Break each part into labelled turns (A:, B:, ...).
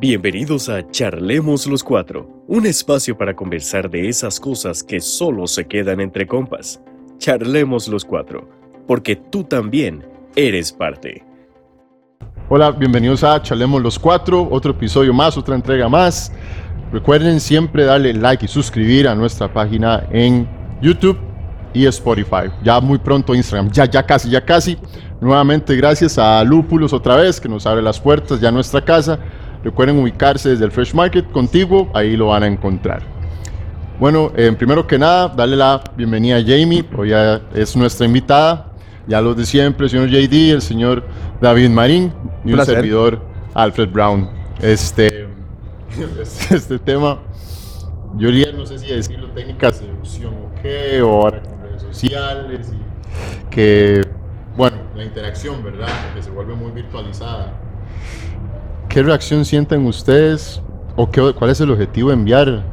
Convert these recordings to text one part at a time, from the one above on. A: Bienvenidos a Charlemos los Cuatro, un espacio para conversar de esas cosas que solo se quedan entre compas. Charlemos los Cuatro, porque tú también eres parte.
B: Hola, bienvenidos a Charlemos los Cuatro, otro episodio más, otra entrega más. Recuerden siempre darle like y suscribir a nuestra página en YouTube y Spotify. Ya muy pronto Instagram, ya, ya casi, ya casi. Nuevamente gracias a Lúpulos otra vez que nos abre las puertas ya a nuestra casa. Recuerden ubicarse desde el Fresh Market contigo, ahí lo van a encontrar. Bueno, eh, primero que nada, darle la bienvenida a Jamie, hoy ya es nuestra invitada. Ya los de siempre, el señor JD, el señor David Marín y un
C: Placer.
B: servidor Alfred Brown. Este, este, este tema, yo diría, no sé si decirlo, técnica de seducción o qué, o ahora con redes sociales, y que, bueno, la interacción, ¿verdad? Que se vuelve muy virtualizada. ¿Qué reacción sienten ustedes? ¿O qué, cuál es el objetivo de enviar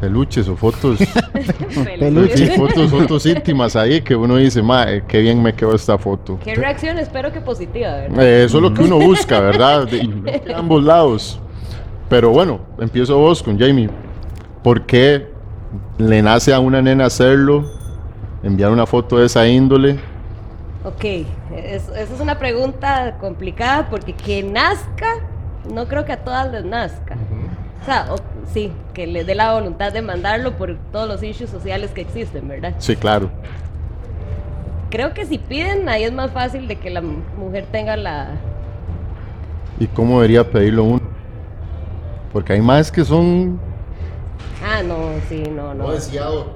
B: peluches o fotos?
C: Peluche.
B: Sí, fotos, fotos íntimas ahí que uno dice, mae, qué bien me quedó esta foto.
D: ¿Qué reacción? Espero que positiva, ¿verdad?
B: Eh, eso es lo que uno busca, ¿verdad? De, de ambos lados. Pero bueno, empiezo vos con Jamie. ¿Por qué le nace a una nena hacerlo? Enviar una foto de esa índole.
D: Ok, es- esa es una pregunta complicada porque que nazca, no creo que a todas les nazca. O sea, o- sí, que les dé la voluntad de mandarlo por todos los issues sociales que existen, ¿verdad?
B: Sí, claro.
D: Creo que si piden, ahí es más fácil de que la mu- mujer tenga la...
B: ¿Y cómo debería pedirlo uno? Porque hay más que son...
D: Ah, no, sí, no, no.
B: deseado.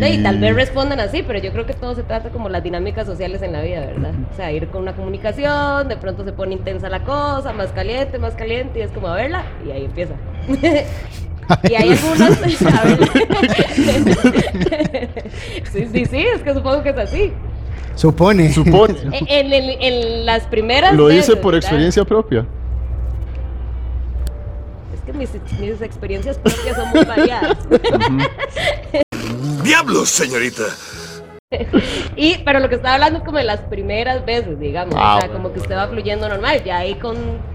D: Sí, tal
B: Mm.
D: vez respondan así, pero yo creo que todo se trata como las dinámicas sociales en la vida, ¿verdad? O sea, ir con una comunicación, de pronto se pone intensa la cosa, más caliente, más caliente, y es como a verla, y ahí empieza. y hay algunos. a verla. sí, sí, sí, es que supongo que es así.
C: Supone.
B: Supone.
D: E- En, el- en las primeras.
B: Lo
D: veces,
B: dice por
D: ¿verdad?
B: experiencia propia.
D: Es que mis, mis experiencias propias son muy variadas.
E: ¡Diablos, señorita!
D: Y, pero lo que estaba hablando es como de las primeras veces, digamos.
B: Ah,
D: o sea,
B: bueno,
D: como que usted va fluyendo normal. Ya ahí con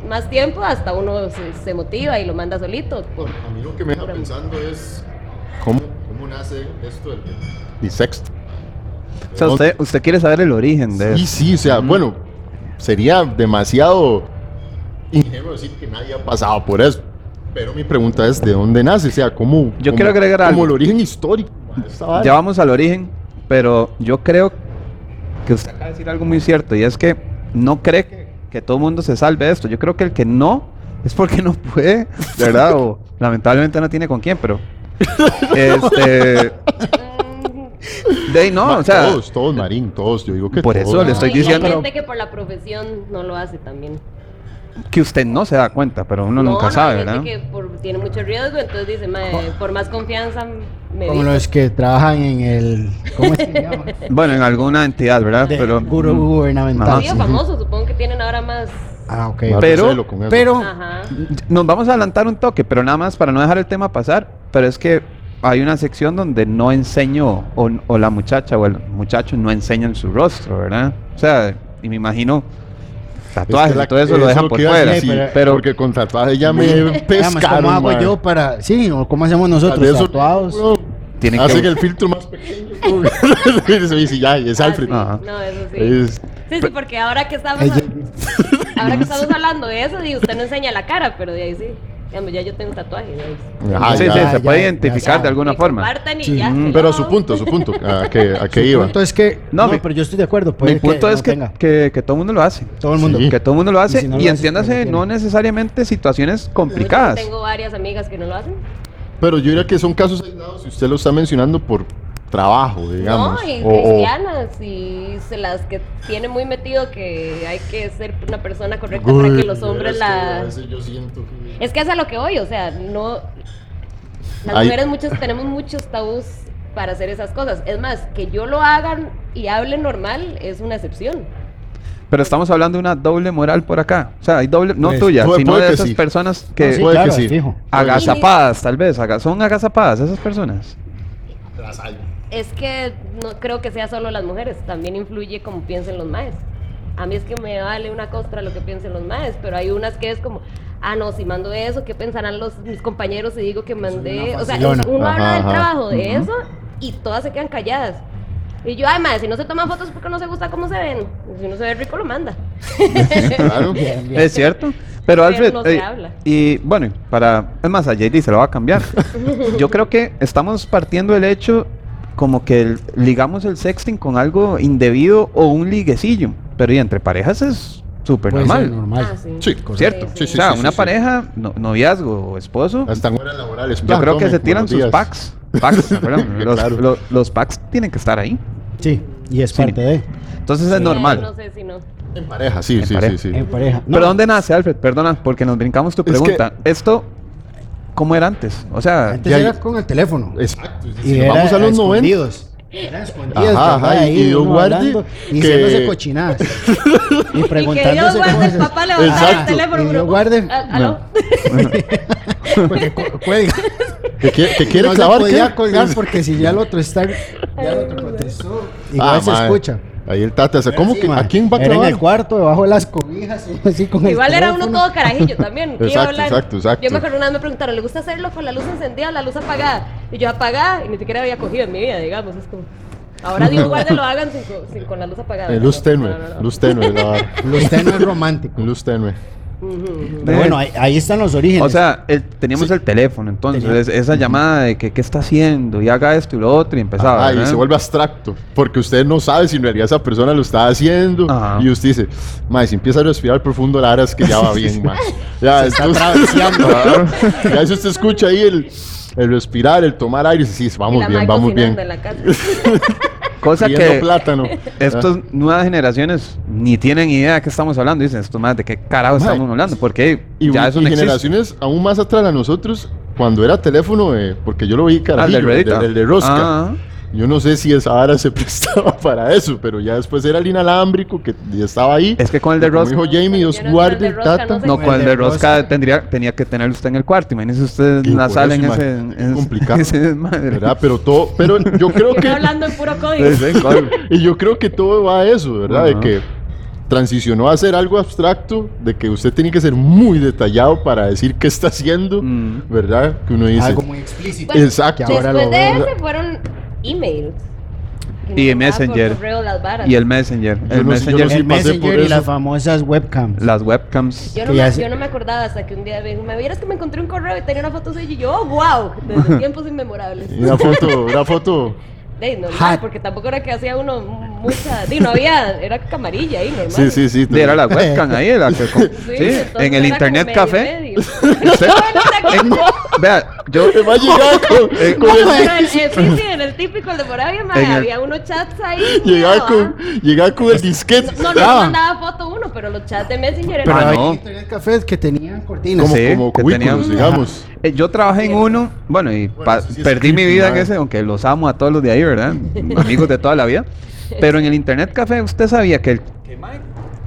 D: más tiempo hasta uno se, se motiva y lo manda solito. por-
B: A mí lo que me deja pensando es cómo, cómo nace esto del bisexto.
C: O sea, usted, usted quiere saber el origen de
B: Sí,
C: eso.
B: sí, o sea, bueno, sería demasiado ingenuo decir que nadie ha pasado por eso. Pero mi pregunta es de dónde nace, o sea, cómo
C: Yo
B: cómo-
C: quiero agregar
B: como
C: algo.
B: el origen histórico. a esta vara.
C: Ya vamos al origen, pero yo creo que usted acaba de decir algo muy cierto y es que no cree que, que todo el mundo se salve de esto. Yo creo que el que no es porque no puede, de verdad, o lamentablemente no tiene con quién, pero. Este.
D: Mm,
C: De ahí no,
B: Ma-
C: o sea.
B: todos, todos, Marín, todos, yo digo que
C: Por
B: todos.
C: eso le
D: no,
C: estoy
D: y
C: diciendo-
D: Hay gente que por la profesión no lo hace también.
C: Que usted no se da cuenta, pero uno nunca
D: no,
C: sabe,
D: hay gente
C: ¿verdad?
D: que por- tiene mucho riesgo, entonces dice, "Mae, por más confianza me
F: Como
D: di".
F: los que trabajan en el. ¿Cómo es que se llama?
C: Bueno, en alguna entidad, ¿verdad?
F: De
C: Pero. mm,
F: guru
C: Ajá.
F: gubernamental.
D: Sí, o famosos, supongo que tienen ahora más...
F: Ah, ok.
B: Ma,
C: Pero-
B: recelo con eso.
F: Pero,
D: Ajá.
C: Nos vamos a adelantar un toque, pero nada más para no dejar el tema pasar. Pero es que hay una sección donde no enseño, o, o la muchacha o el muchacho no enseñan su rostro, ¿verdad? O sea, y me imagino tatuajes
B: Es que la-
C: y todo eso lo
B: es
C: dejan
B: que
C: por
B: iba a
C: fuera.
B: decir,
F: sí,
C: pero
B: porque con tatuajes ya me
F: digamos,
B: pescaron.
F: ¿cómo hago
B: ma.
F: yo para.? Sí, o ¿cómo hacemos
B: De
F: nosotros?
B: eso-
F: Tatuados.
B: Bro,
C: tienen
B: hace que...
C: que.
B: el filtro más pequeño. bro. y dice, ya, y es
D: Ah,
B: Alfred.
D: sí,
C: Ajá.
D: No, eso sí.
B: Es-
D: Sí, sí, porque ahora que estamos,
F: Ella-
D: ahora que estamos hablando de eso, y usted no enseña la cara, pero de ahí sí. Digamos, ya yo tengo un tatuaje. de ahí sí.
B: Ajá,
C: Ah, sí,
B: ah, ya.
C: sí, se
F: ya,
C: puede
F: ya
C: identificar
F: sabe.
C: de alguna
D: Me
C: forma.
D: comparten y
F: Sí.
D: ya,
C: Mm,
D: si
B: Pero
D: no-
B: a su punto, a su punto. ¿A qué, a qué iba?
F: Entonces que.
C: No,
F: No,
C: mi-
F: pero yo estoy de acuerdo. Puede
C: Mi punto
F: no
C: es que,
F: tenga.
C: que, que todo el mundo lo hace.
F: Todo el mundo.
B: Sí.
C: Que todo el mundo lo hace. Y,
F: si no lo hace,
C: entiéndase,
F: ¿por qué?
C: no necesariamente situaciones
D: Yo
C: complicadas.
D: Tengo varias amigas que no lo hacen.
B: Pero yo diría que son casos aislados si usted lo está mencionando por trabajo, digamos.
D: no, y
B: o- o-
D: cristianas, y se las que tiene muy metido que hay que ser una persona correcta para que los
B: Uy,
D: hombres
B: es que a
D: la...
B: veces yo siento que-
D: Es que es a lo que voy, o sea, no... Las
B: Hay-
D: mujeres muchas tenemos muchos tabús para hacer esas cosas. Es más, que yo lo hagan y hablen normal es una excepción.
C: Pero estamos hablando de una doble moral por acá. O sea, hay doble, no
F: Pues,
C: tuya,
B: puede-
C: sino
B: puede
C: de
B: que
C: esas
B: sí.
C: personas
F: No,
C: que
F: sí,
B: puede que
F: claro,
B: sí.
F: fijo.
C: agazapadas, tal vez. aga- son agazapadas esas personas.
D: Eh. Es que no creo que sea solo las mujeres, también influye como piensen los maes. a mí es que me vale una costra lo que piensen los maes, pero hay unas que es como, ah, no, si mando eso, ¿qué pensarán los, mis compañeros si digo que mandé? O sea, es-
F: facilona.
D: uno habla
B: Ajá,
D: del
B: ajá.
D: trabajo de eso y todas se quedan calladas. Y yo, además, si no se toman fotos es porque no se gusta cómo se ven. Si no se ve rico, lo manda.
B: Claro.
F: Bien, bien.
C: Es cierto. Pero Alfred,
D: no se
C: eh,
D: habla.
C: y bueno, para. Es más, a JD se lo va a cambiar. Yo creo que estamos partiendo del hecho como que el- ligamos el sexting con algo indebido o un liguecillo. Pero y entre parejas es súper
F: Puede ser
C: pues, normal.
F: normal.
D: Ah, sí.
B: Sí,
F: correcto.
C: ¿Cierto?
D: Sí, sí,
C: o sea,
B: sí,
C: una
B: sí.
C: pareja, no- noviazgo o esposo,
B: Hasta en horas laborales.
C: yo
B: Plan,
C: creo que
B: tomen,
C: se tiran
B: buenos
C: sus
B: días.
C: packs. Packs, perdón, los,
B: Claro.
C: lo- los packs tienen que estar ahí.
F: Sí, y es
C: Sí.
F: parte de.
C: Entonces es
D: Sí,
C: normal.
D: No sé si no.
B: En pareja, sí,
C: En
B: sí,
C: pareja.
B: sí, sí.
F: En pareja. No,
C: ¿Pero dónde nace, Alfred? Perdona, porque nos brincamos tu
B: Es que-
C: pregunta. Esto, ¿cómo era antes? O sea,
F: Antes
B: Ya-
F: era con el teléfono.
B: Exacto. sí,
F: Y
B: sí.
F: era
B: Vamos a los 90.
F: escondidos. Eran escondidos.
B: Ajá,
F: ¿verdad?
B: ajá, y- y
F: Ahí
B: Dios
F: uno
B: guarde
F: hablando,
B: que-
F: Diciéndose cochinadas. Y
D: Y que Dios
F: preguntándose
D: guarde el
F: se-
D: papá levantar el
B: Exacto.
D: teléfono.
F: Y
D: bro.
F: Dios guarde.
D: Ah, ¿Aló?
F: Porque cu- cuelga.
B: ¿Que, quiere- que quiere
F: no
B: clavar
F: se podía
B: qué?
F: colgar porque si ya el otro está ya el otro contestó igual
B: Ah,
F: se
B: mae.
F: escucha
B: Ahí el Tata, o sea, ¿cómo
F: Sí,
B: que
F: mae.
B: a quién va a
F: era en
B: clavar?
F: el cuarto debajo de las cobijas y así con el
D: Igual era uno
F: Pues, teléfono.
D: todo carajillo también. ¿qué iba a
B: Exacto,
D: hablar?
B: exacto, exacto.
D: Yo me acuerdo una vez me preguntaron, ¿le gusta hacerlo con la luz encendida o la luz apagada? Y yo apagada y ni siquiera había cogido en mi vida, digamos. Es como, ahora Dios guarde lo hagan sin, co- sin- con la luz apagada.
B: Eh, luz
D: No,
B: tenue,
D: no, no, no.
B: luz tenue, la vara.
F: usted no es romántico
B: Luz tenue.
D: Ujú, ujú.
F: Pero bueno ahí, ahí están los orígenes
C: o sea, el- teníamos el teléfono, entonces,
F: Tenía-
C: es- esa llamada de que qué está haciendo y haga esto y lo otro y empezaba.
B: Ah, y
C: ¿verdad?
B: se vuelve abstracto, porque usted no sabe si en realidad esa persona lo está haciendo.
C: Ajá.
B: Y usted dice, mae, si empieza a respirar profundo, la verdad es que ya va bien, mae. Ya, entonces-
C: Claro.
B: ya si usted escucha ahí el, el respirar, el tomar aire, y dice, sí,
D: Y
B: vamos
D: la
B: bien,
D: mae
B: vamos
D: cocinando
B: bien.
D: en la casa.
C: Cosa
B: Friendo
C: que
B: plátano.
C: estas
B: Ah.
C: nuevas generaciones ni tienen idea de qué estamos hablando. Dicen, esto más, ¿de qué carajo
B: Mae,
C: estamos hablando? Porque
B: Ah, Y,
C: ya eso
B: y
C: no existe.
B: generaciones aún más atrás a nosotros, cuando era teléfono, eh, porque yo lo vi
C: Ah, el
B: carajillo,
C: de
B: el,
C: ruedita.
B: de, el de rosca.
C: Ah,
B: Yo no sé si esa vara se prestaba para eso, pero ya después era el inalámbrico que ya estaba ahí.
C: es que con el de
B: Como
C: rosca.
B: dijo Jamie,
D: Yo no
B: Dios
D: sé, el de
B: guarde el
D: rosca,
B: tata.
D: no sé.
C: No,
F: Con
C: con
F: el
C: el
F: de
C: de rosca
F: rosca.
C: tendría, tenía que tener usted en el cuarto. Imagínese usted en
B: Y
C: la
B: por
C: sala
B: eso,
C: en ese,
B: imagínate,
C: en
B: qué complicado.
C: ese desmadre.
B: ¿verdad? Pero todo, pero yo creo
D: Yo
B: que
D: hablando en puro código.
C: Sí, sí, claro.
B: y yo creo que todo va a eso, ¿verdad?
C: Ajá.
B: De que transicionó a ser algo abstracto, de que usted tiene que ser muy detallado para decir qué está haciendo,
C: Mm.
B: ¿verdad? Que uno dice,
F: algo muy explícito
D: Bueno,
B: exacto.
F: que ahora
D: Después
F: lo
D: de
F: veo.
D: ese fueron emails. Que nos mandaba por
C: Y Messenger.
D: correo las varas.
C: Y el Messenger.
B: Yo
C: El
B: no sé, yo
C: Messenger.
B: no sé.
F: el
B: sí pasé por
F: messenger y
B: eso.
F: las famosas webcams
C: Las webcams.
D: Yo
F: Que
D: no,
F: ya
D: me,
F: se-
D: yo no me acordaba hasta que un día me dijo, me vieras que me encontré un correo y tenía una foto suya y yo, oh, wow, desde tiempos inmemorables.
B: Y Una foto, una foto.
D: De, normal,
F: Hot.
D: porque tampoco era que hacía uno mucha, di, no había, era camarilla ahí, normal.
B: Sí, sí, sí.
C: Era la webcam ahí, la que con-
D: Sí,
C: sí,
D: entonces
C: en el
D: era como
C: internet
D: medio,
C: café.
D: medio.
C: Usted-
D: Bueno,
C: en- vea, yo
B: Te va a llegar con, con el-
D: Pero en, eh, sí, sí, en el típico, el de Moravia, ma,
C: En el-
D: había unos chats ahí. ¿ah?
B: llegar
D: ¿no?
B: con, llegar con el disquete.
D: No, no, no mandaba foto uno, pero los chats de Messenger
C: Pero
D: eran...
C: ahí-
F: Hay
C: Ah, no.
F: internet cafés que tenían cortinas
B: como,
C: Sí,
B: como
C: que
B: cubículos,
C: tenían-
B: digamos.
C: eh, yo trabajé en uno, bueno, y pa-
B: eso sí es
C: perdí mi
B: creepy,
C: vida en
B: madre.
C: ese, aunque los amo a todos los de ahí, ¿verdad? Amigos de toda la vida. Pero en el internet café usted sabía que el que Mike,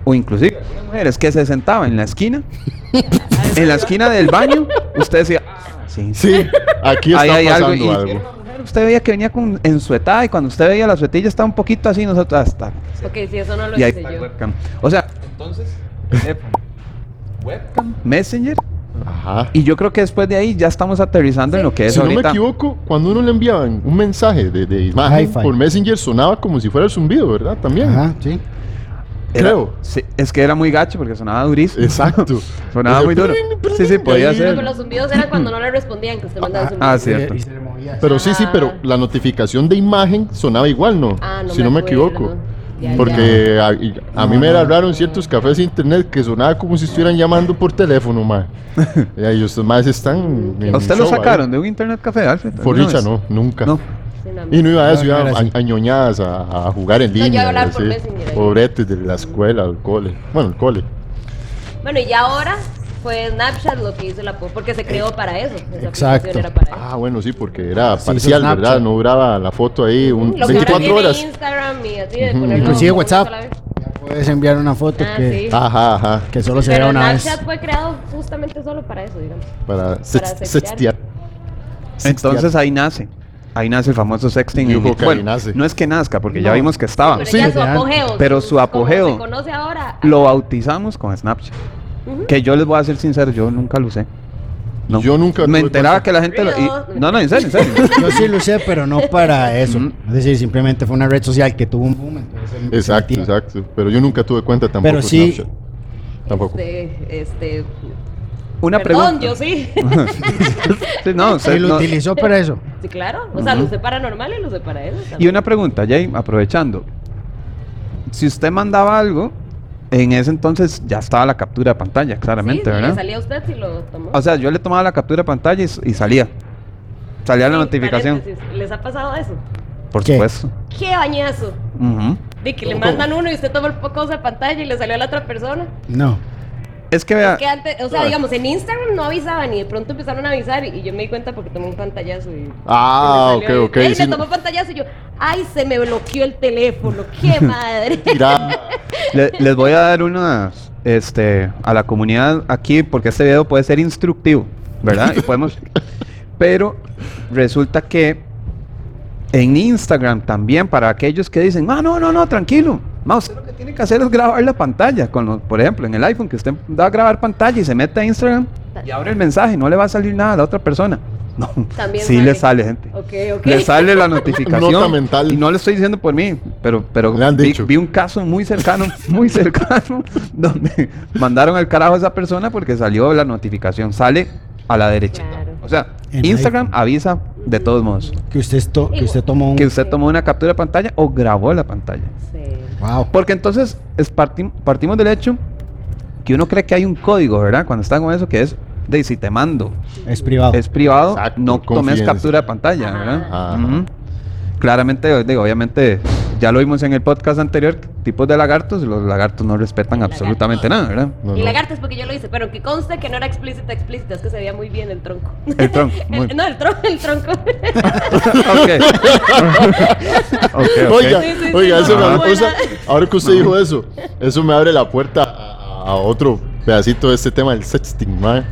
C: o inclusive algunas mujeres que se sentaba en la esquina, en la esquina del baño, usted decía, "Ah, sí,
B: Sí, aquí
C: Ahí
B: está
C: hay algo
B: pasando
C: y-
B: algo.
C: Usted veía que venía con en su etapa y cuando usted veía la suetilla estaba un poquito así, nosotros hasta.
D: Ok, si eso no lo
C: Y ahí
D: hice
C: está el
D: yo.
C: webcam. O sea, entonces, teléfono, webcam, Messenger.
B: Ajá.
C: Y yo creo que después de ahí ya estamos aterrizando en lo que es
B: si no me
C: ahorita.
B: equivoco, cuando uno le enviaban un mensaje de, de imagen
F: Hi-Fi.
B: por Messenger sonaba como si fuera el zumbido, ¿verdad? También.
F: ajá sí
C: Era-
B: creo.
C: sí, es que era muy gacho porque sonaba durísimo.
B: Exacto.
C: Sonaba
B: Ese
C: muy duro.
B: pling, pling,
C: Sí, sí,
B: y
C: podía
B: ahí-
D: No,
C: ser.
D: pero los zumbidos eran cuando no le respondían que usted mandaba zumbidos.
C: Ah, cierto.
F: Y se le movía así.
B: Pero sí, sí, pero la notificación de imagen sonaba igual, ¿no?
D: Ah,
B: si no me equivoco.
D: acuerdo. Ya, ya.
B: Porque a, y- a mí
F: No,
B: me
F: no.
B: agarraron ciertos cafés de internet que sonaba como si estuvieran llamando por teléfono, ma. Ya, y estos más están. en
C: ¿A usted lo
B: show ahí.
C: sacaron de un internet café, Alfred?
B: Por
C: alguna
B: dicha,
C: vez?
B: no, nunca.
C: No.
D: Sí, no,
B: Y no iba a
F: No,
B: eso, iba
F: no era
B: a,
F: así.
B: a ñoñadas, a, a jugar en
D: No, yo
B: línea.
D: hablaba por
B: así.
D: Messenger ahí.
B: Pobretes de la escuela, del cole. Bueno, el cole.
D: Bueno, y ya ahora fue Snapchat lo que hizo la PO, porque se
C: Eh,
D: creó para eso. Esa
F: exacto.
D: aplicación Era para eso.
B: Ah, bueno, sí, porque era
F: Sí,
B: parcial,
F: hizo
B: ¿verdad?
F: Snapchat.
B: No duraba la foto ahí un,
D: Lo que ahora
B: 24
D: tiene
B: horas.
D: Instagram y así de
B: Ujú.
D: ponerlo
F: Inclusive
D: una
F: WhatsApp.
D: sola vez.
F: Ya puedes enviar una foto
D: Ah,
F: que,
D: sí.
B: Ajá, ajá.
F: que solo se vea
D: Pero
F: una vez
D: Snapchat fue creado justamente solo para eso, digamos.
B: Para, sex-
D: sextear.
B: sextear. Sextear.
C: Entonces ahí nace. ahí nace el famoso sexting.
B: Yo
C: en-
B: creo que ahí
C: bueno,
B: nace.
C: no es que nazca, porque ya
F: No.
C: vimos que estaba.
D: Pero
F: Sí,
D: ya su
F: ya.
D: apogeo.
C: Pero su apogeo.
D: Como se conoce ahora.
C: Lo bautizamos con Snapchat.
D: Ujú.
C: Que yo les voy a ser sincero, yo nunca lo usé. No.
B: Yo nunca
C: me
B: tuve cuenta.
C: enteraba que la gente lo- y- no, no, en serio, en serio.
F: Yo sí lo usé, pero no para eso.
C: Ujú.
F: Es decir, simplemente fue una red social que tuvo un boom. entonces me
B: Exacto,
F: metí.
B: exacto. Pero yo nunca tuve cuenta tampoco.
F: Pero sí-
B: Snapchat. Tampoco.
D: ah, Este, este,
C: Una
D: perdón,
C: pregunta.
D: yo sí.
C: Sí, no, o sea,
F: Sí, lo
C: no. eh,
F: utilizó para eso.
D: Sí, claro. O sea, lo usé para normal y lo usé para eso.
C: Y
D: también.
C: una pregunta, Jay, aprovechando. Si usted mandaba algo, en ese entonces ya estaba la captura de pantalla,
D: Sí,
C: claramente,
D: sí, le
C: ¿verdad?
D: salía a usted si lo tomó.
C: O sea, yo le tomaba la captura de pantalla y, s- y salía. Salía la
D: Sí,
C: notificación.
D: paréntesis, ¿Les ha pasado eso?
C: Por
F: ¿Qué?
C: supuesto.
D: ¡Qué bañazo!
C: Ujú.
D: De que le mandan uno y usted toma el poco de pantalla y le salió a la otra persona.
F: No.
C: Es que vea.
D: Que antes, o sea, digamos, en Instagram no avisaban y de pronto empezaron a avisar y yo me di cuenta porque tomé un pantallazo y...
B: Ah,
D: y me
B: ok,
D: salió ahí,
B: ok.
D: "Ey,
B: sí,
D: me tomó pantallazo y yo, ay, se me bloqueó el teléfono, qué madre.
B: mira,
C: Le- les voy a dar unas este, a la comunidad aquí, porque este video puede ser instructivo, ¿verdad? Y podemos. Pero resulta que en Instagram también, para aquellos que dicen, ah, no, no, no, tranquilo. Ma, usted lo que tiene que hacer es grabar la pantalla. Con los- por ejemplo, en el iPhone, que usted va a grabar pantalla y se mete a Instagram y abre el mensaje, no le va a salir nada a la otra persona. No,
D: También
C: sí le
D: sale.
C: sale, gente.
D: Ok, ok.
C: Le sale la notificación.
B: Nota mental.
C: Y no le estoy diciendo por mí, pero, pero
B: Le han
C: vi,
B: dicho.
C: vi un caso muy cercano, muy cercano, donde mandaron al carajo a esa persona porque salió la notificación. Sale a la derecha.
D: Claro.
C: O sea,
F: En
C: Instagram
F: iPhone.
C: avisa de todos modos
F: Que usted, esto, que usted tomó un.
C: que usted tomó una captura de pantalla o grabó la pantalla.
D: Sí.
F: Wow.
C: Porque entonces es partim- partimos del hecho que uno cree que hay un código, ¿verdad? Cuando está con eso, que es de si te mando,
F: Es privado.
C: es privado,
B: Exacto,
C: no tomes
B: confidencia.
C: captura de pantalla,
D: Ajá.
C: ¿verdad?
B: Ajá.
C: Ujú. Claramente, digo, obviamente, ya lo vimos en el podcast anterior, tipos de lagartos, los lagartos no respetan
D: Lagartos.
C: absolutamente nada, ¿verdad?
B: no,
D: y
B: no.
D: lagarto es porque yo lo hice, pero que conste que no era explícita, explícita, es que se veía muy bien el tronco.
C: El tronco,
D: El-
C: muy-
D: no, el tronco, el tronco.
B: Pues
C: Ok. Ok, ok.
B: Oiga,
D: Sí, sí, sí,
B: oiga,
D: no,
B: eso me-
D: no, no,
B: o sea,
D: buena.
B: ahora que usted dijo eso, eso me abre la puerta a, a otro pedacito de este tema del sexting, mae.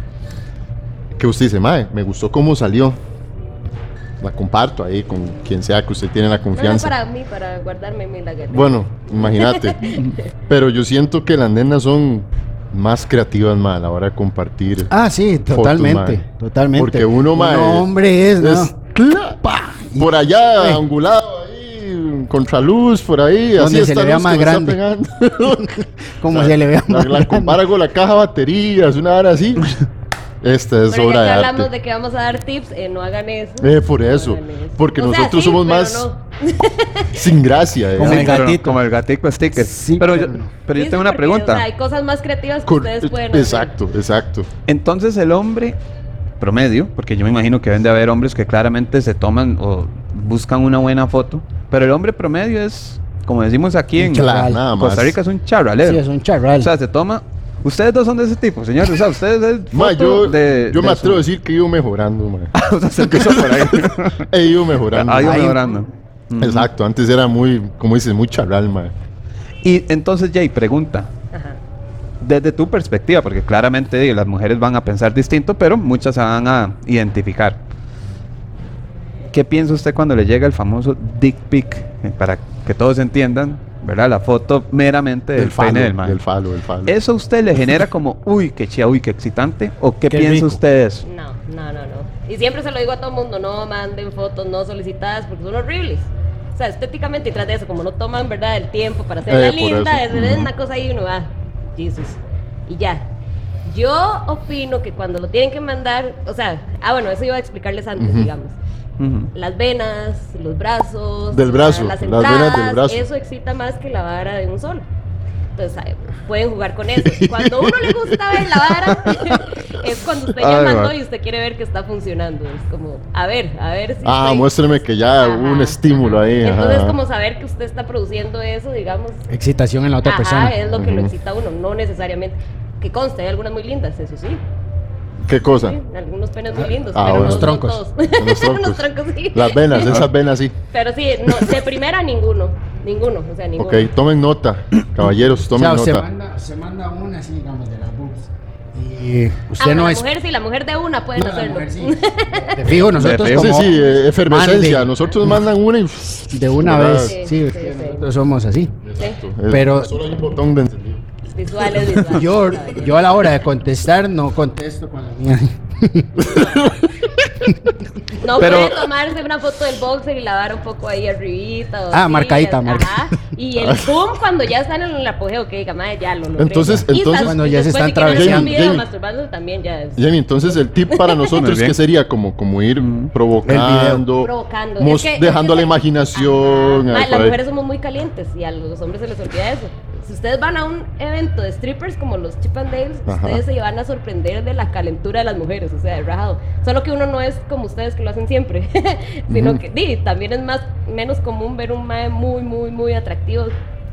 B: Que usted dice, mae, me gustó cómo salió. La comparto ahí con quien sea que usted tiene la
D: No era
B: confianza.
D: para mí, para guardarme mi lagarto.
B: Bueno, imagínate. Pero yo siento que las nenas son más creativas, mae, a la hora de compartir.
F: Ah, sí, totalmente.
B: mae.
F: totalmente.
B: Porque uno, mae,
F: No, hombre, es, ¿no?
B: Es- ¡Pa! Por allá, angulado ahí, contraluz, por ahí.
F: eh. Donde se
B: está
F: le vea
B: luz que me
F: más
B: está
F: grande.
B: pegando.
F: Como se le vea
B: La,
F: más
B: la
F: grande.
B: compara con la caja de baterías, una hora así. Esta es
D: Pero
B: obra
D: ya
B: de
D: que hablamos
B: arte.
D: de que vamos a dar tips, eh, no hagan eso.
B: Eh, por eso,
D: hagan eso.
B: porque
D: O sea,
B: nosotros
D: sí,
B: somos
D: pero
B: más
D: no.
B: sin gracia. eh.
F: Como
C: Sí,
F: el
C: pero-
F: gatito.
C: como el gatito sticker.
F: Sí,
C: pero, yo,
F: pero no.
C: pero
D: Sí,
C: yo tengo
D: sí,
C: una
D: porque,
C: pregunta.
D: o sea, hay cosas más creativas que
B: Cor-
D: ustedes pueden hacer.
B: e- eh, exacto, exacto.
C: Entonces el hombre promedio, porque yo me imagino que deben de haber hombres que claramente se toman o buscan una buena foto, pero el hombre promedio es, como decimos aquí
F: Un
C: en
F: charral,
B: nada más.
C: Costa Rica, es un charralero.
F: Sí, es un charral.
C: O sea, se toma... Ustedes dos son de ese tipo, señores. O sea, ustedes es
B: Ma,
C: foto
B: yo
C: de-
B: yo
C: de
B: me
C: su-
B: atrevo a decir que he ido mejorando. ma.
C: o sea, se empezó por ahí.
B: He ido mejorando.
C: Ahí va
B: ma.
C: mejorando. Ujú.
B: Exacto, antes era muy, como dices, muy charral, ma.
C: Y entonces, Jay, pregunta.
D: Ajá.
C: Desde tu perspectiva, porque claramente digo, las mujeres van a pensar distinto, pero muchas se van a identificar. ¿Qué piensa usted cuando le llega el famoso dick pic? Eh, Para que todos entiendan, ¿verdad? La foto meramente del, pene del man.
B: del falo, del falo.
C: ¿Eso a usted le genera como, uy, qué chía, uy, qué excitante? ¿O qué,
F: Qué
C: piensa
F: rico.
C: usted de eso?
D: No, no, no, no. Y siempre se lo digo a todo el mundo, no manden fotos no solicitadas porque son horribles. O sea, estéticamente y tras de eso, como no toman, ¿verdad? El tiempo para hacerla
B: Eh, por
D: linda, es,
B: eso.
D: es
B: Ujú.
D: una cosa ahí uno va, Jesus. Y ya. Yo opino que cuando lo tienen que mandar, o sea, ah, bueno, eso iba a explicarles antes,
B: Ujú.
D: digamos.
C: Ujú.
D: Las venas, los brazos.
B: Del brazo,
D: las
B: las venas del
D: entradas,
B: brazo.
D: Eso excita más que la vara de un solo. Entonces, ah, pueden jugar con eso. Cuando a uno le gusta ver la vara, es cuando usted ya
C: Ay,
D: mandó
C: va.
D: y usted quiere ver que está funcionando. Es como, a ver, a ver si.
B: Ah,
D: estoy-
B: muéstrame que ya hubo un
D: Ajá,
B: estímulo
D: ajá.
B: ahí. ajá,
D: Entonces,
B: ajá.
D: como saber que usted está produciendo eso, digamos.
F: Excitación en la otra
D: ajá,
F: persona.
D: es lo que lo
B: Ujú.
D: excita a uno, no necesariamente. Que conste, hay algunas muy lindas, eso sí.
B: ¿Qué cosa?
D: sí, algunos penes muy lindos.
B: Ah, bueno.
D: pero no
B: Los
D: son
F: troncos.
D: todos.
B: Los troncos.
D: Los troncos, sí.
B: Las venas, esas venas sí.
D: Pero sí, no, de primera ninguno. Ninguno, o sea, ninguno.
B: Ok, tomen nota, caballeros,
F: O
B: tomen
F: sea, se
B: nota.
F: manda, se manda una así, digamos, de las boobs. Y
D: Ah,
F: usted
D: pero
F: no
D: la
F: es.
D: mujer sí, la mujer de una pueden
F: No, la
D: hacerlo.
F: mujer sí. De fijo, nosotros
C: fijo.
B: Sí,
F: como
B: sí, eh, efervescencia.
F: Mande.
B: Nosotros mandan una y.
F: de una
B: ¿verdad?
F: vez.
D: Sí,
F: Sí,
D: sí, sí.
F: nosotros somos así.
D: Sí,
B: Eh,
F: Pero-
B: Solo hay un botón de encendido.
D: visuales, visuales.
F: Yo, yo a la hora de contestar no contesto con la mía.
D: No
C: Pero-
D: puede tomarse una foto del boxer y lavar un poco ahí arribita. o
F: Ah,
D: así,
F: marcadita,
D: ajá.
F: marca-
D: Y el boom cuando ya están en el apogeo, que diga, madre, ya lo logré.
B: Entonces- entonces-
D: Y estás-
F: Cuando ya se
D: después
F: están
D: si quieren hacer
B: atravesando.
D: un video
B: Jamie-
D: masturbándose también ya es
B: Jamie, entonces el tip para nosotros
C: Muy bien.
B: que sería como, como ir
C: Mm.
B: provocando,
D: provocando.
B: mos-
D: Es que-
B: dejando la
D: es Ah, que-
B: imaginación.
D: Ajá.
B: ahí
D: Madre,
B: por
D: las
B: ahí.
D: mujeres somos muy calientes y a los hombres se les olvida eso. Si ustedes van a un evento de strippers como los Chip and Dales,
B: Ajá.
D: ustedes se van a sorprender de la calentura de las mujeres, o sea, de rajado. Solo que uno no es como ustedes que lo hacen siempre, sino que di, también es más menos común ver un mae muy, muy, muy atractivo,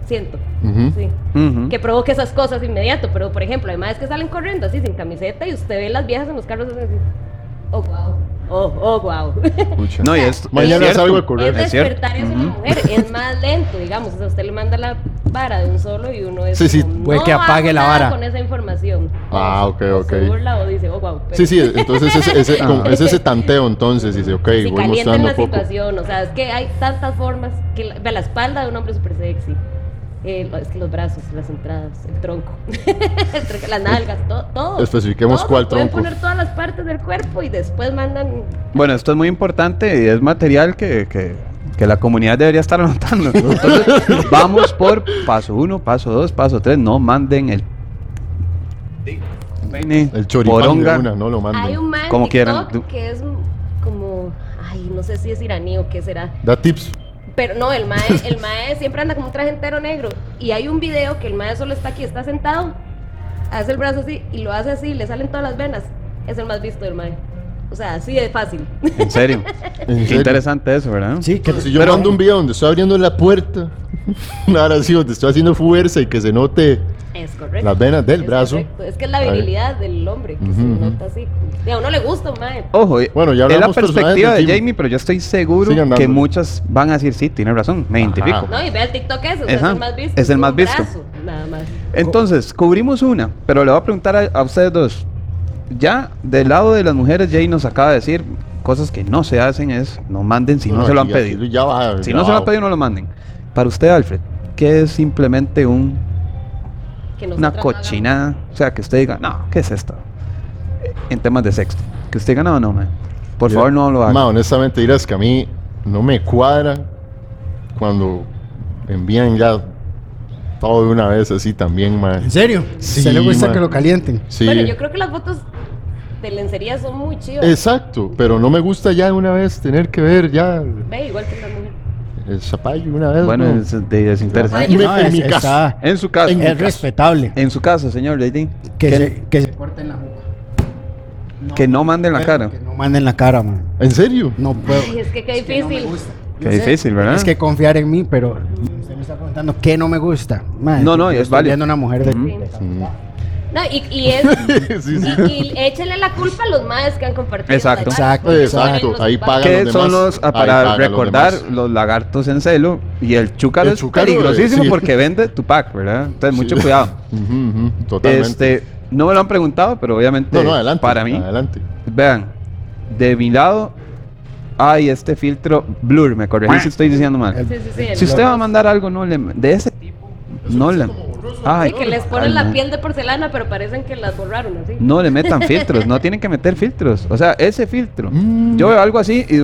D: siento.
B: Ujú.
D: Sí
C: Ujú.
D: que provoque esas cosas inmediato. Pero, por ejemplo, además es que salen corriendo así sin camiseta y usted ve las viejas en los carros hacen así. Oh, wow. Oh, oh, wow.
B: Pucha.
C: No, y es,
B: Mañana
C: es
B: salgo a
C: cierto.
B: correr.
D: es
C: es cierto.
D: despertar eso en la
C: Ujú.
D: mujer. Es más lento, digamos. O sea, usted le manda la vara de un solo y uno es.
B: Sí, sí,
D: como,
F: puede que
D: hago
F: apague la
D: nada
F: vara".
D: Con esa información. Pues,
B: Ah, ok,
D: O
B: ok.
D: Se burla o dice, oh, wow. pero-
B: Sí, sí, entonces es ese,
C: Ah.
B: como- es ese tanteo entonces, dice, ok,
D: se
B: voy
D: calienta en
B: mostrando
D: la
B: un poco.
D: situación, o sea, es que hay tantas formas que la, ve la espalda de un hombre súper sexy. eh, lo- es que los brazos, las entradas, el tronco, el tronco, las nalgas, to- todo.
B: Especifiquemos
D: Todo,
B: cuál
D: pueden
B: tronco.
D: poner todas las partes del cuerpo y después mandan.
C: Bueno, esto es muy importante y es material que, que- que la comunidad debería estar anotando. Entonces, vamos por paso 1, paso 2, paso 3. No manden el pene,
B: El choripán
C: poronga.
B: de una, no lo mando.
D: Hay un man en
C: Como quieran,
D: TikTok
C: tú.
D: que es como. Ay, no sé si es iraní o qué será.
B: Da tips.
D: Pero no, el mae, el mae siempre anda como un traje entero negro. Y hay un video que el mae solo está aquí, está sentado, hace el brazo así y lo hace así, le salen todas las venas. Es el más visto del mae. O sea, así de fácil.
C: En serio.
B: en
C: Qué
B: serio.
C: interesante eso, ¿verdad?
F: Sí, que
B: Pero si yo
C: Pero-
B: mando un video donde estoy abriendo la puerta, ahora sí, donde estoy haciendo fuerza y que se note
D: Es correcto.
B: las venas del
D: Es
B: brazo.
D: correcto. Es que es la
B: Ahí.
D: virilidad del hombre que se
B: Ujú, ujú.
D: nota así. Y a uno le gusta, mae.
C: Ojo, eh,
B: Bueno, ya
C: es la
B: hablamos personajes
C: perspectiva
B: de
C: de
B: Jimmy.
C: Jamie, pero yo estoy seguro
B: Sigan dándole.
C: que muchas van a decir, sí, tiene razón, me identifico.
D: No, y ve el TikTok ese, o sea, es
C: Ajá,
D: el más visto.
C: es el
D: un
C: más visto.
D: brazo, nada más.
C: Entonces, cubrimos una, pero le voy a preguntar a, a ustedes dos. Ya del lado de las mujeres, Jay nos acaba de decir cosas que no se hacen, es no manden si no,
B: Bueno,
C: se lo han
B: aquí- aquí
C: pedido.
B: Ya va,
C: Si
B: ya
C: no se lo
B: va.
C: han pedido, no lo manden. Para usted, Alfred, ¿qué es simplemente un,
D: Que
C: una
D: nosotras no hagamos.
C: cochinada? O sea, que usted diga, no, ¿qué es esto? En temas de sexo. Que usted diga, no, no, man. Por
B: Yo-
C: favor, no lo haga.
B: Ma, honestamente, dirás que a mí no me cuadra cuando envían ya todo de una vez así también, ma.
F: ¿En serio?
B: Sí,
F: ¿Se le gusta
B: ma.
F: que lo calienten?
B: Sí.
D: Bueno, yo creo que las fotos de lencería son muy chivas.
B: Exacto, pero no me gusta ya de una vez tener que ver ya
D: Ve, igual que las mujeres.
B: el zapallo de una vez.
C: Bueno,
B: ma.
C: es, de- es
B: Ay,
C: interesante.
B: me-
F: No,
B: en
F: es-
B: mi
F: está-
B: casa.
C: En su caso,
B: en mi
F: es respetable.
C: en su caso, señor Lady,
F: Que,
C: que,
F: se, que se corten la juca.
C: que no manden la cara.
F: Que no manden la cara, man.
B: ¿En serio?
F: No puedo.
D: Ay, es que qué
F: que no me
D: difícil.
F: gusta.
C: Qué
F: Yo sé,
C: difícil, ¿verdad?
F: Es que confiar en mí, pero usted me está preguntando qué no me gusta. Madre,
C: No, no,
F: yo
C: es
F: estoy
C: válido.
F: viendo una mujer de...
D: Sí.
B: Mm.
D: No, y, y es.
B: sí, sí.
D: Y, y échale la culpa a los madres que han compartido.
C: Exacto.
D: las varas,
F: Exacto,
D: porque
B: exacto,
D: ellos
B: ahí
D: van-
B: pagan.
C: que
B: los
C: son
B: demás.
C: los ah,
B: Ahí
C: para
B: pagan los
C: recordar los,
B: demás.
C: lagartos en celo y el chúcaro
B: El
C: es
B: chúcaro,
C: peligrosísimo
B: eh, sí.
C: porque vende tu pack, ¿verdad? Entonces mucho
B: Sí.
C: cuidado.
B: Ujú, ujú, totalmente.
C: Este, no me lo han preguntado, pero obviamente
B: no, no, adelante.
C: para mí,
B: Adelante.
C: vean, de mi lado hay este filtro blur, me corregí si estoy diciendo mal.
D: Sí, sí, sí. el-
C: Si usted va a mandar algo no le de ese tipo, no le Ay,
D: Sí, que les ponen
C: ay,
D: la
C: no.
D: piel de porcelana, pero parecen que las borraron así.
C: No le metan filtros, no tienen que meter filtros. O sea, ese filtro.
B: Mm.
C: Yo veo algo así y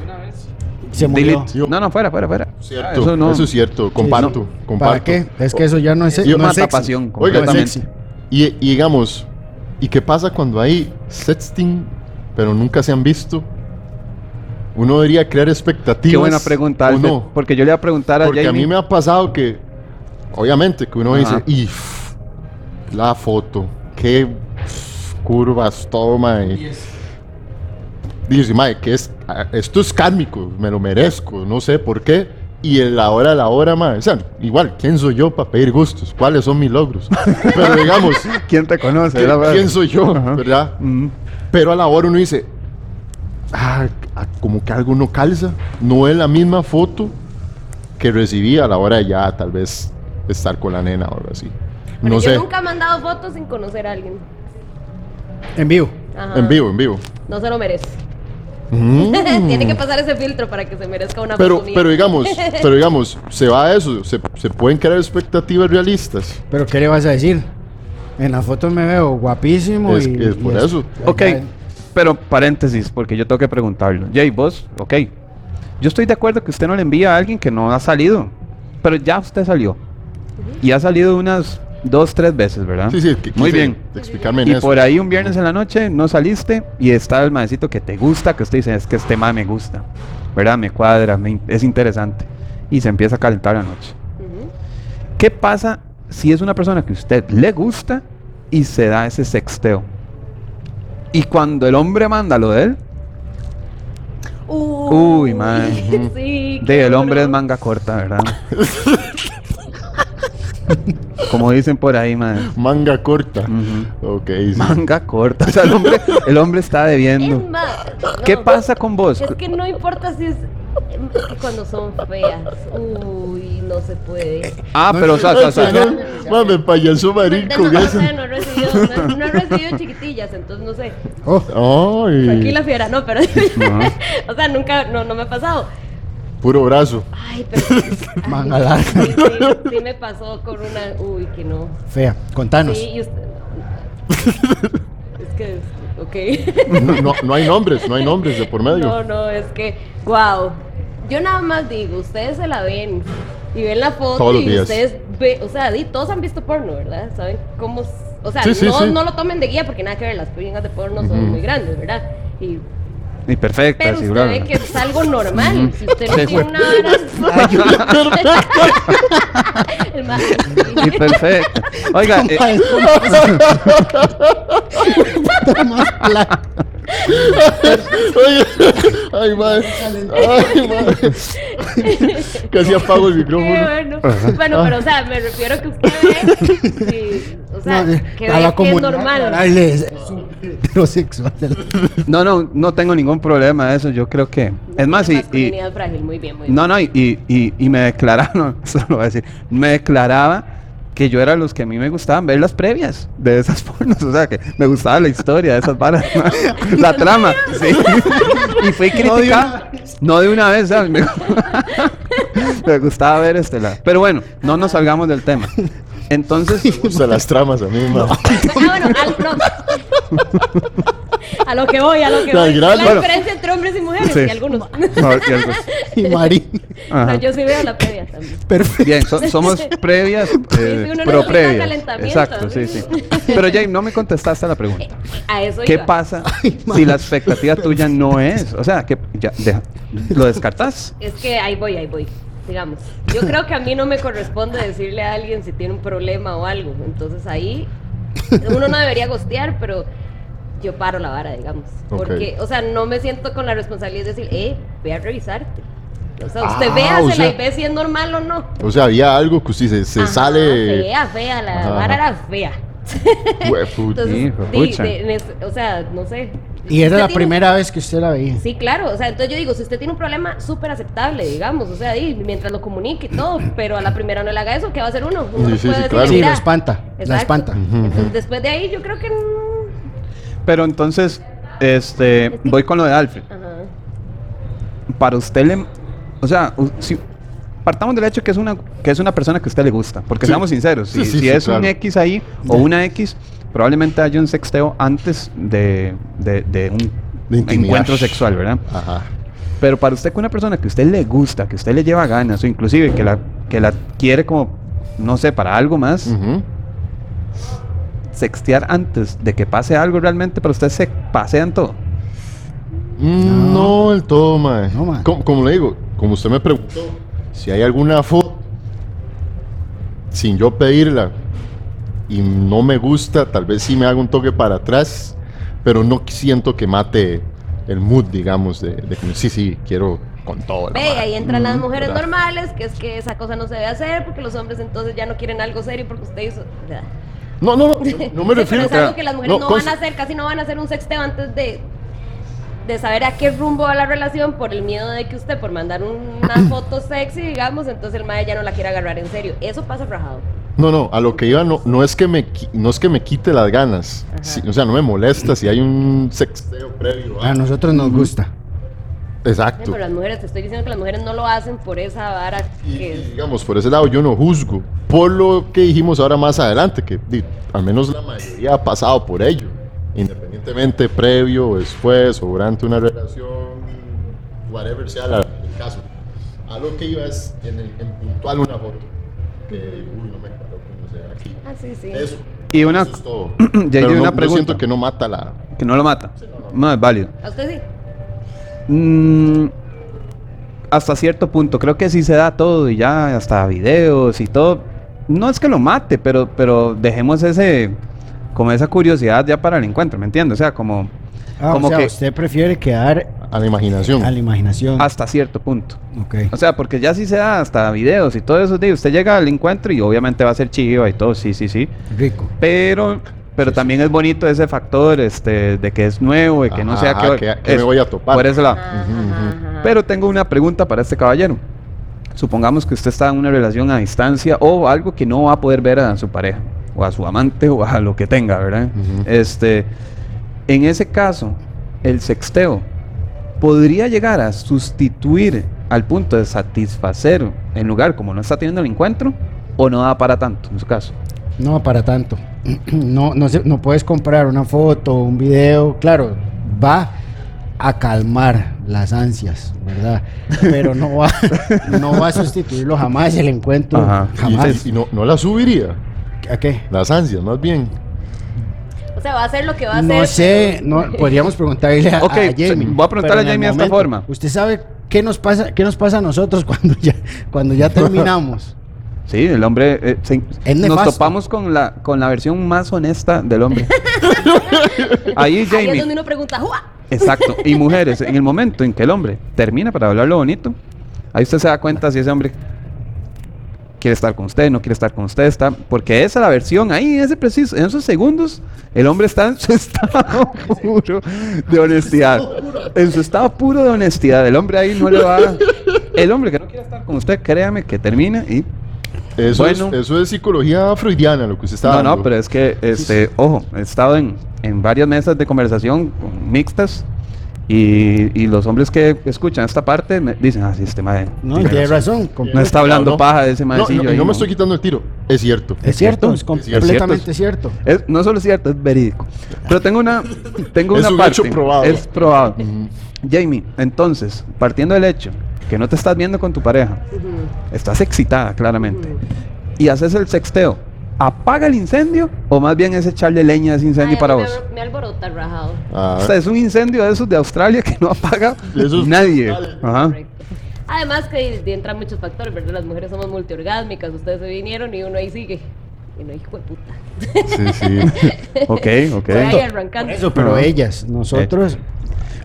F: Se murió.
C: delete. No, no, fuera, fuera, fuera.
B: Cierto,
C: Eso
B: eso,
C: no.
B: es cierto, comparto, comparto.
F: ¿Para qué? Es que eso ya no es...
B: Yo-
F: no es
C: mata
F: sexy.
C: pasión
B: Oiga,
F: No es
C: completamente.
F: sexy.
B: Y, y digamos, ¿y qué pasa cuando hay sexting, pero nunca se han visto? Uno debería crear expectativas.
C: Qué buena pregunta,
B: ¿o
C: Alfred,
B: no?
C: Porque yo le voy a preguntar a
B: Porque a mí
C: Jamie.
B: me ha pasado que, obviamente, que uno
C: Ajá.
B: dice, y pff, la foto, qué pff, curvas toma. Y dice, mae, que es, ah, esto es cármico, me lo merezco, no sé por qué. Y en la hora a la hora, mae, o sea, igual, ¿quién soy yo para pedir gustos? ¿Cuáles son mis logros? Pero digamos,
C: ¿Quién te conoce?
B: ¿quién, quién soy yo?
C: Ajá.
B: ¿Verdad?
C: Mm.
B: Pero a la hora uno dice, ah, ah, como que algo no calza. No es la misma foto que recibí a la hora de ya tal vez estar con la nena o algo así.
D: Pero
B: no
D: yo
B: sé.
D: nunca he mandado fotos sin conocer a alguien.
F: En vivo.
D: Ajá.
B: En vivo, en vivo.
D: No se lo merece.
B: Mm.
D: Tiene que pasar ese filtro para que se merezca una
B: Pero,
D: oportunidad.
B: pero digamos, pero digamos, se va a eso, se, se pueden crear expectativas realistas.
F: Pero ¿qué le vas a decir? En la foto me veo guapísimo
B: Es
F: y...
B: que es por
F: y
B: eso.
C: Ok, pero paréntesis, porque yo tengo que preguntarlo. Jay, vos, ok. Yo estoy de acuerdo que usted no le envía a alguien que no ha salido, pero ya usted salió. Y ha salido unas dos, tres veces, ¿verdad?
B: Sí, sí, que-
C: Ah, Muy
B: quise
C: bien.
B: Explicarme en
C: Y
B: eso.
C: por ahí un viernes en la noche no saliste y está el maecito que te gusta, que usted dice, es que este ma me gusta, ¿verdad? Me cuadra, me in- es interesante. Y se empieza a calentar la noche.
D: Ujú.
C: ¿Qué pasa si es una persona que usted le gusta y se da ese sexteo? Y cuando el hombre manda lo de él, Uy, man.
D: sí. qué
C: de el hombre es
D: duro.
C: manga corta, ¿verdad? Como dicen por ahí, madre.
B: Manga corta.
C: Ujú.
B: Ok, sí.
C: Mm. Manga corta. O sea, el hombre, el hombre está debiendo.
D: Es más.
C: ¿Qué
D: no,
C: pasa con vos?
D: Es que no importa si es. es que cuando son feas. Uy, no se puede.
C: Ah, pero, o sea, o sea, o sea,
B: No, Mame, payaso marico.
D: no, no
B: gracias.
D: sé, no he recibido, no, no he recibido chiquitillas, entonces no sé.
F: Oh,
B: Ay,
D: Tranquila fiera, no, pero
C: Ajá.
D: o sea, nunca, no, no me ha pasado.
B: puro brazo.
D: Ay, pero ay,
F: Manga larga.
D: Sí, sí, sí me pasó con una, uy, que no.
F: Fea, contanos.
D: Sí, y usted, es que, ok.
B: No, no- no hay nombres, no hay nombres de por medio.
D: No, no, es que, wow. Yo nada más digo, ustedes se la ven y ven la foto
B: Todos los
D: y
B: días.
D: ustedes ve, o sea, di, todos han visto porno, ¿verdad? ¿Saben cómo? s- O sea,
B: Sí, sí,
D: no,
B: sí.
D: no lo tomen de guía porque nada que ver, las páginas de porno son muy grandes, ¿verdad? Y,
C: Y perfecta,
D: pero
C: sí,
D: usted
C: bla,
D: ve
C: bla.
D: que es algo normal. Si usted no
C: Sí.
D: tiene una vara-
F: Ay, yo-
D: el ma-
C: Y perfecta. Oiga, eh,
F: Ay,
B: Oye, ay, madre. Ay, madre. Casi apago el
D: Qué
B: micrófono.
D: bueno. Bueno, pero o sea, me refiero que usted ve, sí, o sea,
F: no,
D: que, ve
F: a la
D: que es
F: comunidad
D: normal.
F: aclararle, es- es un heterosexual.
C: no, no, no tengo ningún problema de eso. Yo creo que. Es más, y- y,
D: Masculinidad frágil, muy bien, muy bien.
C: No, no, y, y, y- y me declararon, eso lo voy a decir, me declaraba que yo era los que a mí me gustaban ver las previas de esas pornos, o sea, que me gustaba la historia de esas varas, ¿no? la trama, sí. Y fui criticado, no de una vez, ¿sabes? Me, me gustaba ver este lado. Pero bueno, no nos salgamos del tema. Entonces,
B: O sea, las tramas a mí, madre.
D: Ah, bueno, al- no. A lo que voy, a lo que
B: No,
D: voy.
B: gracias.
D: La
B: Bueno. Ah,
D: diferencia entre hombres y mujeres
C: Sí.
D: y algunos.
C: no, y algo-
F: Y Marín,
C: ajá.
D: No, yo sí veo la previa también.
F: perfecto.
C: Bien, so- somos previas, eh,
D: sí, uno no le
C: pro
D: quita
C: previas.
D: calentamiento,
C: Exacto, sí, sí.
D: ¿sí?
C: Pero James, no me contestaste la pregunta.
D: A eso
C: ¿Qué
D: iba.
C: pasa si la expectativa tuya no es? O sea, que ya, deja, lo descartás.
D: Es que ahí voy, ahí voy. Digamos, yo creo que a mí no me corresponde decirle a alguien si tiene un problema o algo. Entonces ahí uno no debería gostear, pero yo paro la vara, digamos.
B: Ok.
D: Porque, o sea, no me siento con la responsabilidad de decir, eh, ve a revisarte. O sea,
B: Ah,
D: usted
B: o
D: véasela
B: sea-
D: y ve si es normal o no.
B: O sea, había algo que usted se, se
D: Ajá,
B: este, sale.
D: Fea, fea, la
B: Ajá.
D: vara era fea.
B: Hueputa.
D: Entonces,
C: Hijo,
D: di-
C: pucha.
D: de- nes- o sea, no sé.
F: Y era
D: Usted
F: la
D: tiene-
F: primera vez que usted la veía.
D: Sí, claro. O sea, entonces yo digo, si usted tiene un problema, súper aceptable, digamos. O sea, di, mientras lo comunique y todo, pero a la primera no le haga eso, ¿qué va a hacer uno? Uno
B: Sí, sí,
D: no
B: sí,
D: puede decirle,
B: claro.
F: Sí,
D: "Mira".
F: la espanta, la
D: Exacto.
F: espanta.
D: Entonces, después de ahí, yo creo que. mm,
C: Pero entonces, este, voy con lo de Alfred.
D: Ajá.
C: Para usted le, o sea, u- si partamos del hecho que es una que es una persona que a usted le gusta, porque
B: Sí.
C: seamos sinceros, si,
B: Sí, sí,
C: si
B: sí,
C: es un
B: claro.
C: X ahí o una X, probablemente haya un sexteo antes de, de- de un
B: De intimidad.
C: encuentro sexual, ¿verdad?
B: Ajá.
C: Pero para usted que una persona que a usted le gusta, que a usted le lleva ganas, o inclusive que la que la quiere como no sé, para algo más.
B: Ujú.
C: sextear antes de que pase algo realmente, pero ustedes se pasean todo.
B: Mm, No, el todo, mae.
F: No, mae.
B: Como, como le digo, como usted me preguntó, si hay alguna foto sin yo pedirla y no me gusta, tal vez sí me haga un toque para atrás, pero no siento que mate el mood, digamos, de, de que sí, sí, quiero con todo. la
D: Ve,
B: mae.
D: ahí entran las mujeres
B: ¿verdad?
D: normales, que es que esa cosa no se debe hacer, porque los hombres entonces ya no quieren algo serio, porque usted hizo. o sea,
B: No, no, no, no me
D: Sí,
B: refiero
D: pero es algo que las mujeres no, van
B: cosa-
D: a hacer, casi no van a hacer un sexteo antes de, de saber a qué rumbo va la relación por el miedo de que usted, por mandar una foto sexy, digamos, entonces el mae ya no la quiere agarrar en serio. Eso pasa rajado.
B: No, no, a lo que iba no, no es que me qui- no es que me quite las ganas. Sí, o sea, no me molesta si hay un sexteo previo.
F: A nosotros nos gusta.
D: Sí,
B: Exacto.
D: Pero las mujeres, te estoy diciendo que las mujeres no lo hacen por esa vara
B: Y,
D: que es.
B: digamos, por ese lado yo no juzgo. Por lo que dijimos ahora más adelante, que di, al menos la mayoría ha pasado por ello. Independientemente previo, o después o durante una relación, whatever sea la- el caso. A lo que iba es en, el- en puntual una foto. Que, uy, no me acuerdo cómo se llama aquí.
D: Ah, sí, sí.
B: Eso.
C: Y una-
B: Eso es todo.
C: ahí
B: Pero
C: hay
B: no-
C: una
B: yo
C: pregunta.
B: siento que no mata la.
C: Que no lo mata. No, es válido.
D: ¿A usted sí?
C: Mm, hasta cierto punto. Creo que sí se da todo y ya hasta videos y todo. No es que lo mate, pero, pero dejemos ese como esa curiosidad ya para el encuentro, ¿me entiendes? O sea, como
F: Ah,
C: Como
F: o sea,
C: que-
F: usted prefiere quedar
B: A la imaginación.
F: a la imaginación.
C: hasta cierto punto.
F: Ok.
C: O sea, porque ya sí se da hasta videos y todo eso. di, Usted llega al encuentro y obviamente va a ser chiva y todo, sí, sí, sí.
F: Rico.
C: Pero, pero también es bonito ese factor este, de que es nuevo, de que no sea
B: Ajá, que- que me voy a topar.
C: Por ese lado.
D: Ajá,
B: Ujú,
D: ajá,
B: ujú.
D: ajá.
C: Pero tengo una pregunta para este caballero. Supongamos que usted está en una relación a distancia o algo que no va a poder ver a su pareja, o a su amante, o a lo que tenga, ¿verdad?
B: Ujú.
C: Este, en ese caso, el sexteo podría llegar a sustituir al punto de satisfacer el lugar como no está teniendo el encuentro, o no da para tanto en su caso.
F: No, para tanto. No, no, se- no puedes comprar una foto, un video. Claro, va a calmar las ansias, ¿verdad? Pero no va, no va a sustituirlo jamás el encuentro.
C: Ajá.
B: Y-
F: Jamás.
B: Y, no, no la subiría.
F: ¿A qué?
B: Las ansias, más bien.
D: O sea, va a ser lo que va a hacer.
F: No sé, no, podríamos preguntarle a,
C: Ok,
F: a
C: se-
F: Jamie.
C: voy a preguntarle
F: pero
C: a
F: en el
C: Jamie de esta
F: momento,
C: forma.
F: ¿Usted sabe qué nos pasa, qué nos pasa a nosotros cuando ya, cuando ya terminamos?
C: Sí, el hombre. eh, se-
F: Es
C: nos
F: nefasto.
C: topamos con la, con la versión más honesta del hombre.
D: Ahí
C: Ahí,
D: es
C: Jamie.
D: donde uno pregunta, ¡Jua!
C: Exacto. Y mujeres, en el momento en que el hombre termina para hablarlo bonito, ahí usted se da cuenta si ese hombre quiere estar con usted, no quiere estar con usted, está. Porque esa es la versión ahí, en ese preciso, en esos segundos, el hombre está en su estado puro de honestidad. En su estado puro de honestidad. El hombre ahí no le va. a- El hombre que no quiere estar con usted, créame que termina y
B: Eso,
C: Bueno.
B: es, eso es psicología freudiana, lo que usted está
C: No,
B: dando.
C: no, pero es que, este, ojo, he estado en, en varias mesas de conversación con- mixtas y, y los hombres que escuchan esta parte me dicen, ah, sí, este madre.
F: No,
C: tiene
F: tiene
C: razón".
F: razón.
C: No está hablando
B: No,
C: paja de ese
B: No, no,
C: maecillo
B: y
C: ahí,
B: no
C: no.
B: me estoy quitando el tiro. Es cierto.
F: Es cierto, es
B: Es cierto.
F: completamente cierto.
C: Es- no solo es cierto, es verídico. Pero tengo una, tengo
B: Es
C: una
B: un
C: parte.
B: hecho probado.
C: Es probado.
B: Ujú.
C: Jamie, entonces, partiendo del hecho que no te estás viendo con tu pareja, estás excitada claramente, y haces el sexteo, ¿apaga el incendio o más bien es echarle leña a ese incendio
D: Ay, a
C: para
D: mí
C: vos?
D: Me, me alborota rajado.
B: Ah,
C: O sea, es un incendio de esos de Australia que no apaga
B: De esos
C: nadie.
B: totales.
C: Ajá.
D: Correcto. Además que ahí entran muchos factores, ¿verdad? Las mujeres somos multiorgásmicas, ustedes se vinieron y uno ahí sigue. Y no hijo de
B: sí,
D: puta.
B: sí.
C: Ok, ok.
D: Por ahí arrancando.
F: Eso, pero
C: Ajá. Eh,
F: ellas, nosotros,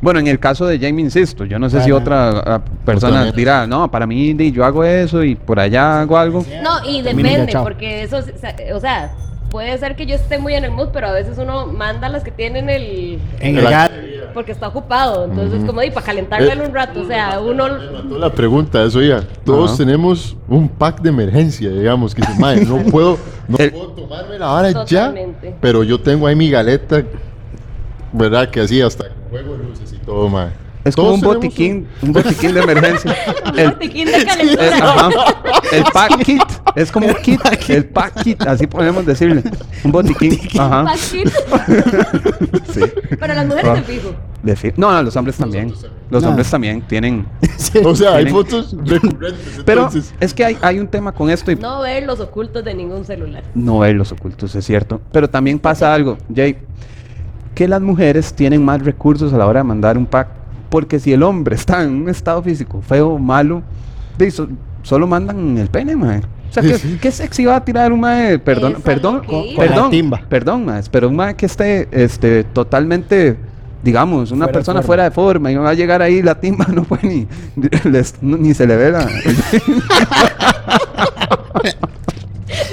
C: Bueno, en el caso de Jamie, insisto, yo no sé si
F: Para-
C: otra ah, persona
B: Totalmente.
C: dirá, no, para mí di, yo hago eso y por allá hago algo.
D: No, y
F: Termina ya,
D: depende,
F: chao.
D: porque eso, se- se- o sea, puede ser que yo esté muy en el mood, pero a veces uno manda las que tienen el...
F: en el
B: La-
F: gal-
D: Porque está ocupado, entonces
B: Ujú.
D: como di, para calentármelo un rato, o sea, uno...
B: Levantó la pregunta, eso ya. Todos
C: Ajá.
B: tenemos un pack de emergencia, digamos, que dice, "Mae, no puedo, no
C: El-
B: puedo tomarme la vara
D: Totalmente.
B: ya, pero yo tengo ahí mi galeta, ¿verdad? Que así hasta con juego de luces y todo, mae.
C: Es como
B: Todos
C: un
B: tenemos
C: botiquín, un botiquín de emergencia.
D: El
C: el,
D: botiquín de
C: el-
D: calentura.
C: ajá. El pack kit, es como un kit, el pack kit, así podemos decirle, un botiquín. Ajá.
D: Paquito. Pero las mujeres
C: Ah.
D: te fijo.
C: De fi- No, no, los hombres también. Los
F: No.
C: hombres también tienen.
B: O sea, hay
C: Tienen-
B: fotos recurrentes.
C: Pero
B: entonces,
C: es que hay, hay un tema con esto y
D: No ver los ocultos de ningún celular.
C: no ver los ocultos, es cierto. Pero también pasa algo, Jay, que las mujeres tienen más recursos a la hora de mandar un pack. Porque si el hombre está en un estado físico feo, malo, de, so- solo mandan el pene, mae. O sea, ¿qué, qué sexy va a tirar un mae? Perdón,
D: Es a
C: perdón,
D: lo que
F: iba. Con
C: perdón,
F: la timba.
C: perdón, mae, pero un mae que esté este, totalmente, digamos, una
F: Fuera de
C: persona
F: forma.
C: fuera de forma y va a llegar ahí la timba, no puede ni, les- ni se le ve la...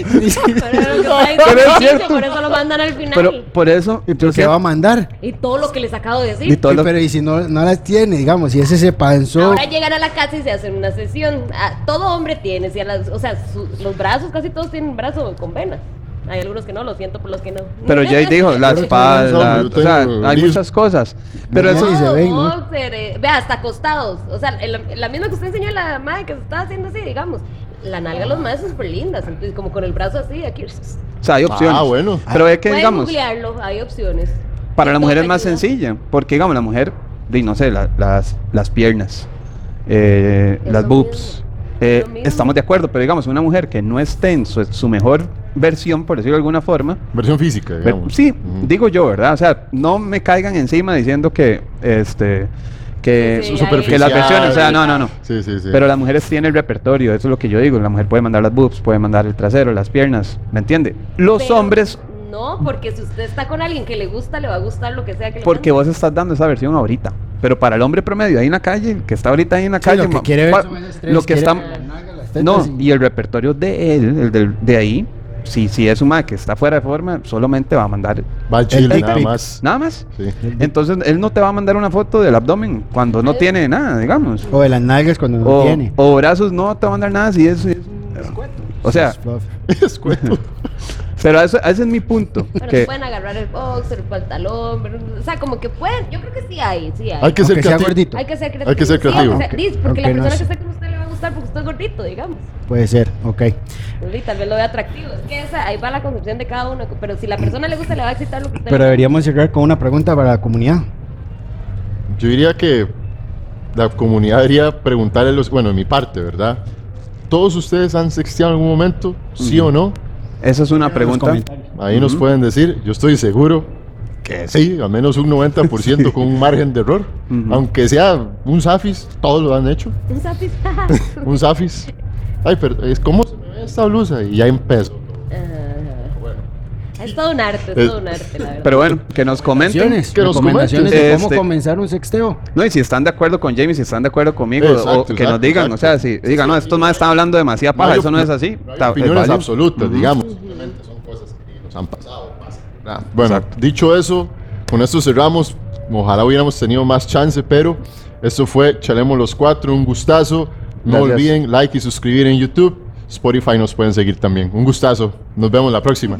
D: Pero lo que pasa es que
C: Pero es
D: lo dicen,
C: cierto.
D: Por eso lo mandan al final.
C: Pero por eso,
F: ¿Y
C: yo
F: por qué va a mandar?
D: y todo lo que les acabo de
C: Y
D: decir.
C: todo
F: Y
C: lo-
F: pero y si no, no las tiene, digamos, si ese se panzó.
D: Ahora llegan a la casa y se hacen una sesión. Ah, todo hombre tiene, si a las- o sea, su- los brazos, casi todos tienen brazos con venas. Hay algunos que no, lo siento por los que no.
C: Pero Jay dijo, la
B: Pero yo
C: espalda,
B: tengo- Ah,
C: o sea, hay
B: Liz-
C: muchas cosas. Pero
F: No,
C: eso,
F: sí, se ven, ¿no?
D: boxer, eh, vea, hasta acostados. O sea, el- la misma que usted enseñó a la madre que se estaba haciendo así, digamos. La nalga de los madres son súper lindas. Entonces, como con el brazo así, aquí.
C: o sea, hay opciones.
B: Ah, bueno.
C: Pero es que,
D: Pueden
C: digamos,
D: googlearlo, hay opciones.
C: para la mujer es más
D: Ayuda.
C: sencilla. Porque, digamos, la mujer, di, no sé, la- las, las piernas, eh,
D: Es
C: las
D: lo
C: boobs.
D: mismo,
C: eh,
D: es lo mismo.
C: estamos de acuerdo, pero digamos, una mujer que no esté en su, su mejor versión, por decirlo de alguna forma,
B: Versión física,
C: Pero,
B: digamos.
C: sí,
B: Ujú.
C: digo yo, ¿verdad? O sea, no me caigan encima diciendo que este que,
D: Sí, sí,
C: que
D: hay-
C: las versiones, o sea, no, no, no.
B: Sí, sí, sí.
C: Pero las mujeres tienen el repertorio, eso es lo que yo digo. La mujer puede mandar las boobs, puede mandar el trasero, las piernas, ¿me entiende? Los
D: Pero
C: hombres,
D: No, porque si usted está con alguien que le gusta, le va a gustar lo que sea que le
C: porque
D: mande.
C: vos estás dando esa versión ahorita. Pero para el hombre promedio, ahí en la calle, el que está ahorita ahí en la
F: Sí,
C: calle,
F: lo que
C: ma-
F: quiere ver
C: pa-
F: son esas tres,
C: lo que
F: quiere
C: está,
F: ver las nalgas, las tetas
C: no,
F: y-
C: y el repertorio de él, el del- de ahí, si, si es un mae que está fuera de forma, solamente va a mandar
B: Va al chile,
C: dick
B: nada
C: pic.
B: más.
C: nada más.
B: Sí.
C: Entonces, él no te va a mandar una foto del abdomen cuando no
D: Eh.
C: tiene nada, digamos.
F: O de las nalgas cuando no
C: O,
F: tiene.
C: o brazos no te va a mandar nada si es... es un- o sea,
F: Es fluff.
B: Es cuento.
C: pero eso- ese es mi punto.
D: Pero
C: que-
D: se pueden agarrar el boxer, el pantalón, pero- o sea, como que pueden, yo creo que sí hay, sí hay.
B: Hay que ser
F: Aunque sea
B: creativo.
F: gordito.
D: Hay que ser creativo.
B: Hay que ser
D: sí,
B: creativo.
D: o sea, dis- porque
F: Aunque
D: la
F: no
D: persona que
F: es-
D: esté con usted le va a gustar porque usted es gordito, digamos.
F: Puede ser, ok.
D: Y tal vez lo vea atractivo. Es que esa, ahí va la concepción de cada uno. Pero si la persona le gusta, le va a excitar lo que usted
F: Pero
D: le
F: deberíamos cerrar con una pregunta para la comunidad.
B: Yo diría que la comunidad debería preguntarle, los, bueno, de mi parte, ¿verdad? ¿Todos ustedes han sexteado en algún momento? ¿Sí o no?
C: esa es una pregunta.
B: Ahí nos
C: Ujú.
B: pueden decir, yo estoy seguro que sí, al menos un 90% con un margen de error.
C: Ujú.
B: Aunque sea un safis, todos lo han hecho.
D: Un zapis.
B: Un safis. Ay, pero es como se me ve esta blusa y ya empezó.
D: Es todo un arte, es
B: Es-
D: todo un arte, la verdad.
C: Pero bueno, que nos comenten.
F: Recomendaciones,
B: Que nos
F: recomendaciones
C: comenten.
F: de cómo
C: Este-
F: comenzar un sexteo.
C: No, y si están de acuerdo con Jamie, si están de acuerdo conmigo,
B: Exacto,
C: o que
B: exacto,
C: nos digan,
B: exacto.
C: o sea, si digan, no, estos más están hablando demasiada paja,
B: hay
C: eso no
B: opi-
C: es así.
B: no hay
C: ta- es
B: opiniones
C: válido.
B: absolutas,
C: Ujú.
B: digamos. Simplemente son cosas que nos han pasado, pasan, ¿verdad? Bueno, dicho eso, con esto cerramos. Ojalá hubiéramos tenido más chance, pero esto fue Chalemos los Cuatro, un gustazo. No
C: Gracias.
B: olviden like y suscribir en YouTube. Spotify nos pueden seguir también. Un gustazo. Nos vemos la próxima.